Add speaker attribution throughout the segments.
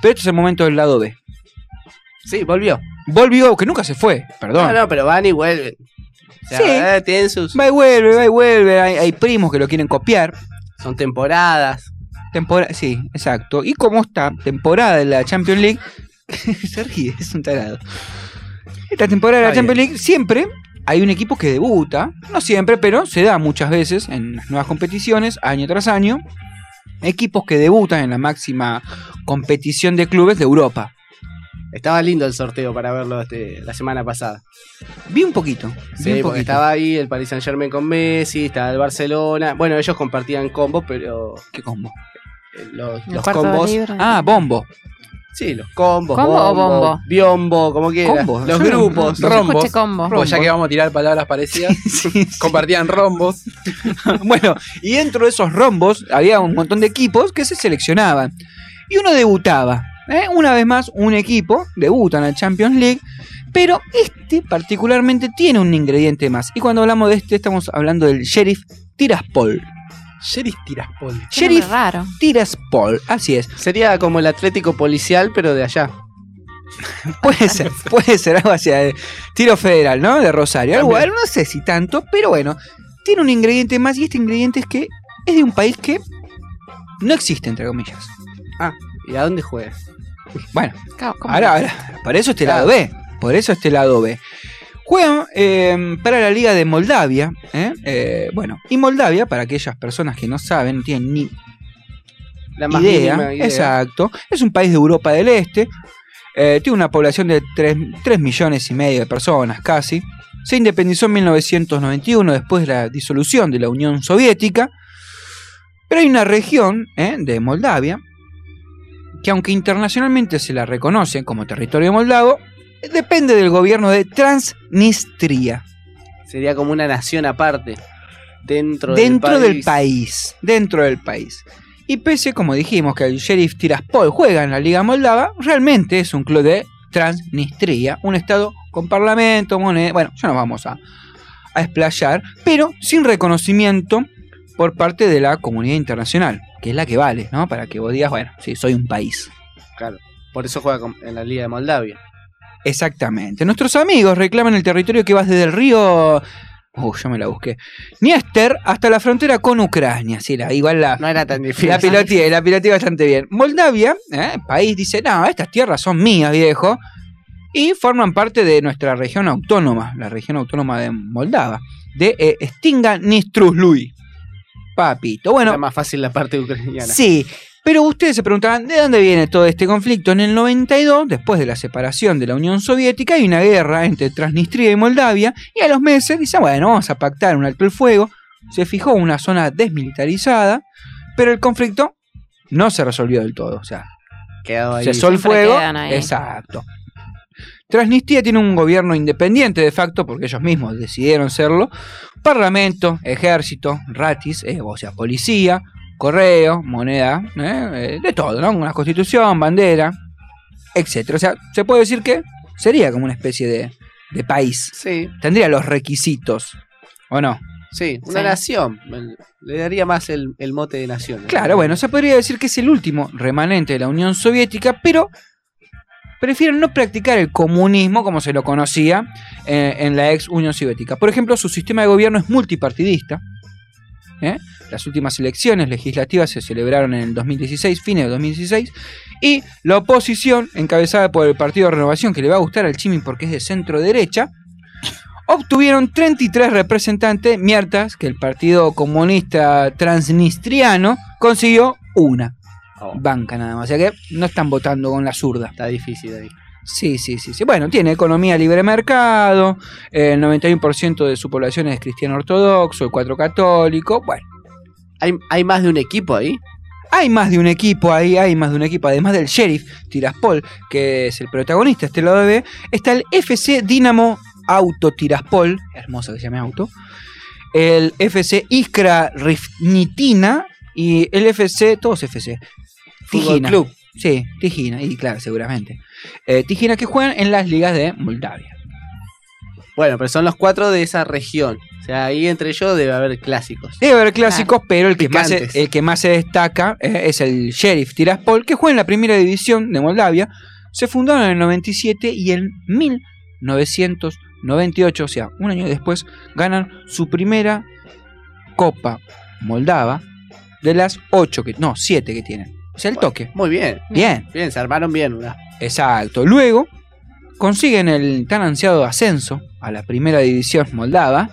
Speaker 1: Pero este es el momento del lado B.
Speaker 2: Sí, volvió.
Speaker 1: Volvió, que nunca se fue, perdón.
Speaker 2: No, no, pero van y vuelven. O sea,
Speaker 1: Sí.
Speaker 2: eh, tienen sus.
Speaker 1: Va y vuelve, va y vuelve. Hay, hay primos que lo quieren copiar.
Speaker 2: Son temporadas.
Speaker 1: Tempora- sí, exacto. Y como esta temporada de la Champions League, se ríe, es un tarado. Esta temporada de la
Speaker 2: Está
Speaker 1: Champions League siempre hay un equipo que debuta, no siempre, pero se da muchas veces en las nuevas competiciones, año tras año, equipos que debutan en la máxima competición de clubes de Europa.
Speaker 2: Estaba lindo el sorteo para verlo este, la semana pasada.
Speaker 1: Vi un poquito, vi
Speaker 2: Sí,
Speaker 1: un
Speaker 2: porque
Speaker 1: poquito.
Speaker 2: estaba ahí el Paris Saint Germain con Messi, estaba el Barcelona. Bueno, ellos compartían combos, pero
Speaker 1: ¿Qué combo?
Speaker 2: eh, los,
Speaker 3: Los
Speaker 2: los
Speaker 3: cuartos de
Speaker 2: combos.
Speaker 3: libra.
Speaker 1: Ah, bombo.
Speaker 2: Sí, los combos.
Speaker 3: ¿Combo o bombo?
Speaker 2: Biombo, como quieras.
Speaker 1: Combo,
Speaker 2: Los
Speaker 1: yo no-
Speaker 2: grupos.
Speaker 3: Yo
Speaker 4: no- Rombos.
Speaker 3: escuché combo.
Speaker 4: Pues ya que vamos a tirar palabras parecidas,
Speaker 1: Sí, sí.
Speaker 4: compartían rombos.
Speaker 1: Bueno, y dentro de esos rombos había un montón de equipos que se seleccionaban. Y uno debutaba. ¿eh? Una vez más, un equipo debuta en la Champions League. Pero este particularmente tiene un ingrediente más. Y cuando hablamos de este, estamos hablando del Sheriff Tiraspol.
Speaker 4: Sheriff Tiraspol.
Speaker 3: Qué nombre
Speaker 1: Sheriff
Speaker 3: raro.
Speaker 1: Tiraspol, así es.
Speaker 2: Sería como el Atlético Policial, pero de allá.
Speaker 1: Puede ser, puede ser algo hacia el tiro federal, ¿no? De Rosario. Algo,
Speaker 2: También.
Speaker 1: no sé si tanto, pero bueno, tiene un ingrediente más y este ingrediente es que es de un país que no existe, entre comillas.
Speaker 2: ¿Y a dónde juega?
Speaker 1: Bueno,
Speaker 3: Claro, ¿cómo?
Speaker 1: ahora, ahora, por eso este lado B, por eso este lado B. Juegan eh, para la Liga de Moldavia, ¿eh? Eh, bueno, y Moldavia, para aquellas personas que no saben, no tienen ni
Speaker 2: La más
Speaker 1: idea,
Speaker 2: mínima idea.
Speaker 1: exacto. Es un país de Europa del Este. eh, tiene una población de 3, millones y medio de personas casi. Se independizó en 1991 después de la disolución de la Unión Soviética. Pero hay una región eh, de Moldavia que aunque internacionalmente se la reconoce como territorio moldavo, depende del gobierno de Transnistria.
Speaker 2: Sería como una nación aparte. Dentro,
Speaker 1: dentro
Speaker 2: del,
Speaker 1: del país. Dentro del país. Y pese, como dijimos, que el Sheriff Tiraspol juega en la Liga Moldava, realmente es un club de Transnistria, un estado con parlamento, moneda. Bueno, ya nos vamos a, a explayar, pero sin reconocimiento por parte de la comunidad internacional, que es la que vale, ¿no? Para que vos digas, bueno, sí, soy un país.
Speaker 2: Claro. Por eso juega con- en la Liga de Moldavia.
Speaker 1: Exactamente. Nuestros amigos reclaman el territorio que va desde el río. Uh, yo me la busqué. Niester hasta la frontera con Ucrania. Sí, la, igual la,
Speaker 2: No era tan difícil.
Speaker 1: La piloteé, la piloteé bastante bien. Moldavia, eh, país, dice, no, estas tierras son mías, viejo. Y forman parte de nuestra región autónoma, la región autónoma de Moldava, de eh, Stinga Nistruslui. Papito, bueno,
Speaker 2: Era más fácil la parte ucraniana.
Speaker 1: Sí, pero ustedes se preguntarán de dónde viene todo este conflicto. En el 92, después de la separación de la Unión Soviética, hay una guerra entre Transnistria y Moldavia, y a los meses dicen, bueno, vamos a pactar un alto el fuego. Se fijó una zona desmilitarizada, pero el conflicto no se resolvió del todo. O sea,
Speaker 2: Quedado ahí.
Speaker 1: cesó el
Speaker 3: Siempre
Speaker 1: fuego.
Speaker 3: quedan ahí.
Speaker 1: Exacto. Transnistria tiene un gobierno independiente de facto, porque ellos mismos decidieron serlo. Parlamento, ejército, ratis, eh, o sea, policía, correo, moneda, eh, eh, de todo, ¿no? Una constitución, bandera, etcétera. O sea, se puede decir que sería como una especie de, de país.
Speaker 2: Sí,
Speaker 1: Tendría los requisitos, ¿o no?
Speaker 2: sí. Una
Speaker 3: Sí.
Speaker 2: nación. El- Le daría más el, el mote de nación. ¿no?
Speaker 1: Claro, bueno, se podría decir que es el último remanente de la Unión Soviética, pero prefieren no practicar el comunismo como se lo conocía eh, en la ex Unión Soviética. Por ejemplo, su sistema de gobierno es multipartidista. ¿eh? Las últimas elecciones legislativas se celebraron en el 2016, fines de 2016, y la oposición, encabezada por el Partido Renovación, que le va a gustar al Chimin porque es de centro derecha, obtuvieron 33 representantes, miertas, que el Partido Comunista Transnistriano consiguió una
Speaker 2: Oh,
Speaker 1: banca nada más. O sea que no están votando con la zurda.
Speaker 2: está difícil ahí.
Speaker 1: Sí, sí, sí, sí. Bueno, tiene economía libre mercado, el 91% de su población es cristiano ortodoxo, el 4 católico. Bueno,
Speaker 2: ¿Hay, hay más de un equipo ahí?
Speaker 1: hay más de un equipo ahí, hay más de un equipo. Además del sheriff Tiraspol, que es el protagonista, este lado B, está el FC Dinamo Auto Tiraspol, hermoso que se llame auto, el FC Iskra Rifnitina y el FC, todos FC,
Speaker 2: Fútbol
Speaker 1: Tijina.
Speaker 2: Club.
Speaker 1: Sí, Tijina, y claro, seguramente. Eh, Tijina que juegan en las ligas de Moldavia.
Speaker 2: Bueno, pero son los cuatro de esa región. O sea, ahí entre ellos debe haber clásicos.
Speaker 1: Debe haber clásicos, pero el que, más se,
Speaker 2: Picantes.
Speaker 1: el que más se destaca eh, es el Sheriff Tiraspol, que juega en la primera división de Moldavia. Se fundaron en el 97 y en 1998, o sea, un año después, ganan su primera Copa Moldava de las ocho que. No, siete que tienen. O sea, el toque.
Speaker 2: Muy bien,
Speaker 1: Bien.
Speaker 2: bien, se armaron bien. una-
Speaker 1: Exacto. Luego consiguen el tan ansiado ascenso a la primera división moldava.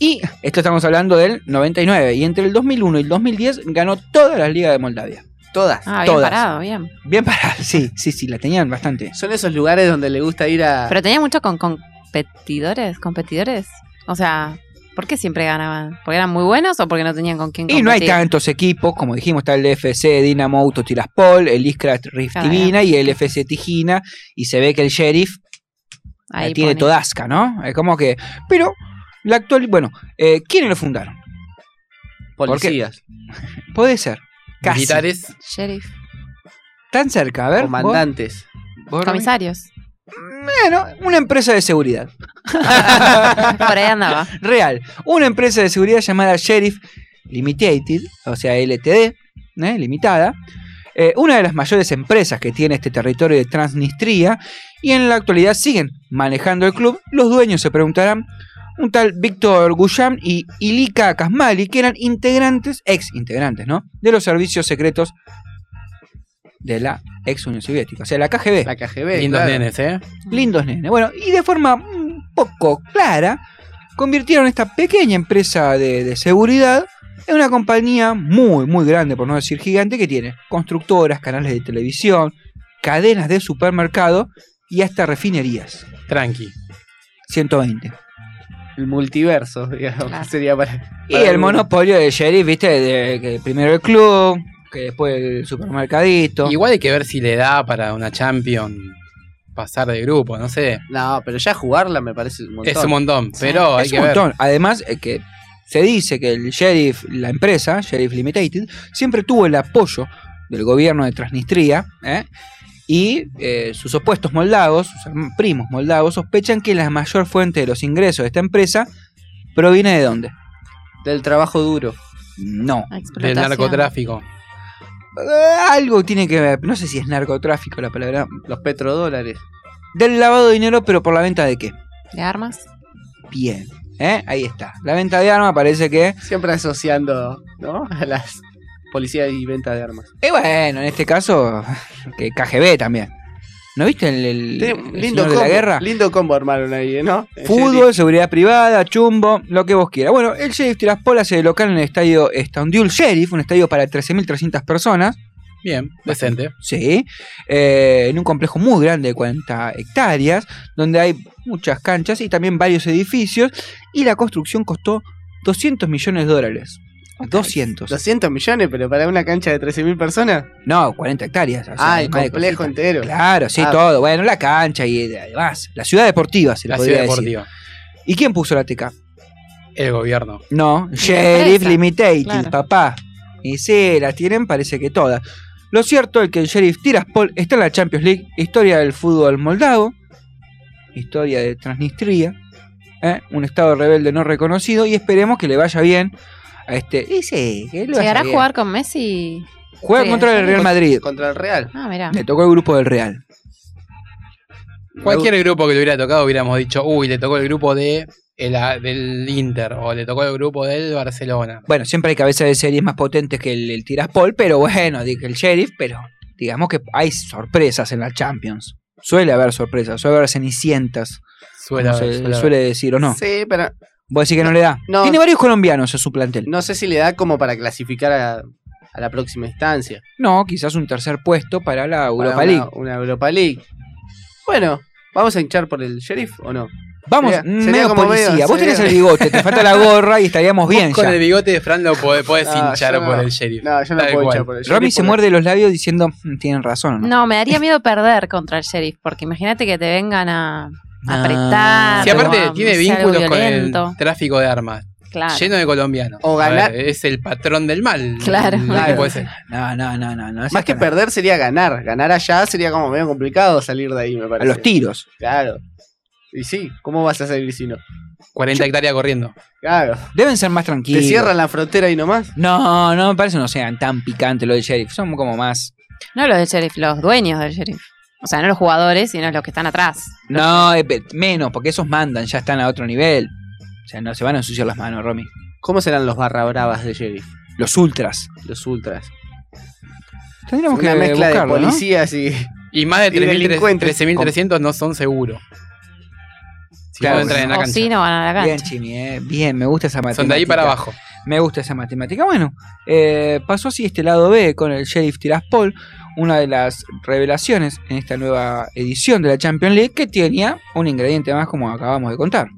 Speaker 1: Y esto estamos hablando del 99. Y entre el 2001 y el 2010 ganó todas las ligas de Moldavia.
Speaker 2: Todas.
Speaker 3: Ah, bien
Speaker 1: Todas.
Speaker 3: parado, bien.
Speaker 1: Bien parada. Sí, sí, sí, la tenían bastante.
Speaker 2: Son esos lugares donde le gusta ir a.
Speaker 3: Pero tenía mucho con competidores, competidores. O sea, ¿por qué siempre ganaban? ¿Porque eran muy buenos o porque no tenían con quién
Speaker 1: Y no hay
Speaker 3: competir?
Speaker 1: tantos equipos, como dijimos, está el FC Dinamo Auto Tiraspol, el Iskra Riftivina y el FC Tijina. Y se ve que el Sheriff la
Speaker 3: Ahí
Speaker 1: tiene
Speaker 3: pone.
Speaker 1: todasca, ¿no? Es como que... Pero la actual... Bueno, eh, ¿quiénes lo fundaron?
Speaker 2: policías.
Speaker 1: Puede ser. Casi.
Speaker 4: Militares.
Speaker 3: Sheriff,
Speaker 1: Tan cerca, a ver. vos-
Speaker 2: Comandantes.
Speaker 1: vos, Rami.
Speaker 3: comisarios.
Speaker 1: Bueno, una empresa de seguridad.
Speaker 3: Por ahí andaba.
Speaker 1: Real. Una empresa de seguridad llamada Sheriff Limited, o sea, LTD, ¿eh? limitada. Eh, una de las mayores empresas que tiene este territorio de Transnistria. Y en la actualidad siguen manejando el club. Los dueños se preguntarán. Un tal Víctor Guyam y Ilika Kasmali, que eran integrantes, ex integrantes, ¿no? De los servicios secretos de la ex Unión Soviética, o sea, la KGB.
Speaker 2: La KGB.
Speaker 4: Lindos
Speaker 2: claro.
Speaker 4: nenes, ¿eh?
Speaker 1: lindos nenes. Bueno, y de forma un poco clara, convirtieron esta pequeña empresa de, de seguridad en una compañía muy, muy grande, por no decir gigante, que tiene constructoras, canales de televisión, cadenas de supermercado y hasta refinerías.
Speaker 4: Tranqui.
Speaker 1: 120.
Speaker 2: El multiverso, digamos.
Speaker 3: Claro.
Speaker 2: Sería para.
Speaker 1: Y el monopolio de Sheriff, viste, de que primero el club, que después el supermercadito.
Speaker 4: Igual hay que ver si le da para una champion pasar de grupo, no sé.
Speaker 2: No, pero ya jugarla me parece un montón.
Speaker 4: Es un montón, pero hay
Speaker 1: Es
Speaker 4: que
Speaker 1: un
Speaker 4: ver.
Speaker 1: montón. Además, eh, que se dice que el sheriff, la empresa, Sheriff Limited, siempre tuvo el apoyo del gobierno de Transnistria ¿eh? y eh, sus opuestos moldavos, sus herma- primos moldavos, sospechan que la mayor fuente de los ingresos de esta empresa proviene de dónde.
Speaker 2: Del trabajo duro.
Speaker 1: No.
Speaker 4: Del
Speaker 3: Explotación.
Speaker 4: narcotráfico.
Speaker 1: Eh, Algo tiene que ver, no sé si es narcotráfico la palabra,
Speaker 2: Los petrodólares.
Speaker 1: del lavado de dinero, pero por la venta de qué.
Speaker 3: De armas.
Speaker 1: Bien, ¿eh? ahí está. La venta de armas parece que
Speaker 2: Siempre asociando, ¿no? A las policías y venta de armas.
Speaker 1: Y bueno, en este caso, que KGB también. ¿No viste el, el-
Speaker 2: Tiene
Speaker 1: el
Speaker 2: un
Speaker 1: señor de la guerra?
Speaker 2: Lindo combo armaron ahí, ¿no? Eh,
Speaker 1: Fútbol, seguridad privada, chumbo, lo que vos quieras. Bueno, el Sheriff Tiraspol hace de local en el estadio Estandiul Sheriff, un estadio para 13.300 personas,
Speaker 4: Bien, decente.
Speaker 1: sí, eh, en un complejo muy grande de 40 hectáreas, donde hay muchas canchas y también varios edificios, y la construcción costó 200 millones de dólares. 200.
Speaker 2: 200 millones, pero para una cancha de 13.000 personas.
Speaker 1: No, 40 hectáreas. o sea,
Speaker 2: ah, el
Speaker 1: más de
Speaker 2: complejo
Speaker 1: cosita.
Speaker 2: entero.
Speaker 1: Claro, sí,
Speaker 2: Ah.
Speaker 1: todo. Bueno, la cancha y además. La ciudad deportiva, se le
Speaker 4: La
Speaker 1: podría
Speaker 4: ciudad
Speaker 1: decir.
Speaker 4: deportiva.
Speaker 1: ¿Y quién puso la teca?
Speaker 4: El gobierno.
Speaker 1: No, Sheriff
Speaker 3: empresa,
Speaker 1: Limited,
Speaker 3: claro.
Speaker 1: papá. Y sí, la tienen, parece que todas. Lo cierto es que el Sheriff Tiraspol está en la Champions League, historia del fútbol moldavo, historia de Transnistria, ¿eh? un estado rebelde no reconocido, y esperemos que le vaya bien a este. Y sí, que le vaya
Speaker 3: ¿Llegará a
Speaker 1: bien.
Speaker 3: jugar con Messi?
Speaker 1: Juega
Speaker 3: Sí,
Speaker 1: contra el
Speaker 3: Sheriff.
Speaker 1: Real Madrid.
Speaker 2: Contra el Real.
Speaker 3: Ah, mira.
Speaker 1: Le tocó el grupo del Real.
Speaker 4: Cualquier grupo que le hubiera tocado hubiéramos dicho, uy, le tocó el grupo de el- a- del Inter o le tocó el grupo del Barcelona.
Speaker 1: Bueno, siempre hay cabezas de series más potentes que el, el Tiraspol, pero bueno, di- el Sheriff, pero digamos que hay sorpresas en la Champions. Suele haber sorpresas, suele haber cenicientas,
Speaker 4: Suele,
Speaker 1: como
Speaker 4: haber,
Speaker 1: se
Speaker 4: suele haber.
Speaker 1: suele decir, ¿o no?
Speaker 2: Sí, pero
Speaker 1: Vos decís que no, le da.
Speaker 2: No.
Speaker 1: Tiene varios colombianos en su plantel.
Speaker 2: no sé si le da como para clasificar a, a la próxima instancia.
Speaker 1: No, quizás un tercer puesto para la Europa
Speaker 2: Para
Speaker 1: League.
Speaker 2: Una, una Europa League. Bueno, ¿vamos a hinchar por el sheriff o no?
Speaker 1: Vamos,
Speaker 2: Sería-
Speaker 1: medio
Speaker 2: sería como
Speaker 1: policía.
Speaker 2: medio-
Speaker 1: Vos tenés el
Speaker 2: sería-
Speaker 1: bigote, te falta la gorra y estaríamos bien
Speaker 4: Vos con
Speaker 1: ya. Ah,
Speaker 4: el bigote de Fran lo podés, podés
Speaker 2: No,
Speaker 4: hinchar
Speaker 2: yo no.
Speaker 4: por el sheriff.
Speaker 2: No, yo no
Speaker 4: Tal
Speaker 2: puedo
Speaker 4: cual.
Speaker 2: hinchar por el sheriff.
Speaker 1: Rami se
Speaker 2: porque-
Speaker 1: muerde los labios diciendo, "Mm, tienen razón, ¿o ¿no?
Speaker 3: No, me daría miedo perder contra el sheriff, porque imagínate que te vengan a
Speaker 1: Ah.
Speaker 3: apretar.
Speaker 1: Sí,
Speaker 4: Si aparte
Speaker 3: como a
Speaker 4: tiene
Speaker 3: hacer algo
Speaker 4: vínculos con el
Speaker 3: violento.
Speaker 4: tráfico de armas,
Speaker 3: Claro.
Speaker 4: lleno de colombianos.
Speaker 2: O
Speaker 4: A ver,
Speaker 2: ganar-
Speaker 4: es el patrón del mal.
Speaker 3: Claro.
Speaker 4: ¿Qué
Speaker 2: Claro.
Speaker 4: puede ser?
Speaker 1: No, no, no, no. no,
Speaker 2: Más que
Speaker 1: para-
Speaker 2: perder sería ganar. Ganar allá sería como medio complicado salir de ahí, me
Speaker 1: A
Speaker 2: parece.
Speaker 1: los tiros.
Speaker 2: Claro. Y sí, ¿cómo vas a salir si no?
Speaker 4: 40 hectáreas corriendo.
Speaker 2: Claro.
Speaker 1: Deben ser más
Speaker 2: Te
Speaker 1: tranquilos.
Speaker 2: cierran la frontera y nomás.
Speaker 1: No, no me parece que no sean tan picantes los del sheriff. Son como más.
Speaker 3: No los del sheriff, los dueños del sheriff. O sea, no los jugadores, sino los que están atrás.
Speaker 1: No, eh, pe- menos, porque esos mandan, ya están a otro nivel. O sea, no se van a ensuciar las manos, Romy.
Speaker 2: ¿Cómo serán los barra bravas de sheriff?
Speaker 1: Los ultras.
Speaker 2: Los ultras.
Speaker 1: Tendríamos
Speaker 2: Una
Speaker 1: que
Speaker 2: mezcla
Speaker 1: buscarlo,
Speaker 2: de
Speaker 1: ¿no?
Speaker 2: policías y.
Speaker 4: Y más de
Speaker 2: Y delincuentes.
Speaker 4: 13.300 no son seguros. Si
Speaker 2: Claro,
Speaker 4: no entran en la
Speaker 3: o
Speaker 4: cancha.
Speaker 3: sí, no van a la
Speaker 1: Bien,
Speaker 3: cancha.
Speaker 1: Chimi, eh, bien, me gusta esa matemática.
Speaker 4: son de ahí para abajo.
Speaker 1: Me gusta esa matemática. Bueno, eh, pasó así este lado B con el Sheriff Tiraspol, una de las revelaciones en esta nueva edición de la Champions League que tenía un ingrediente más como acabamos de contar.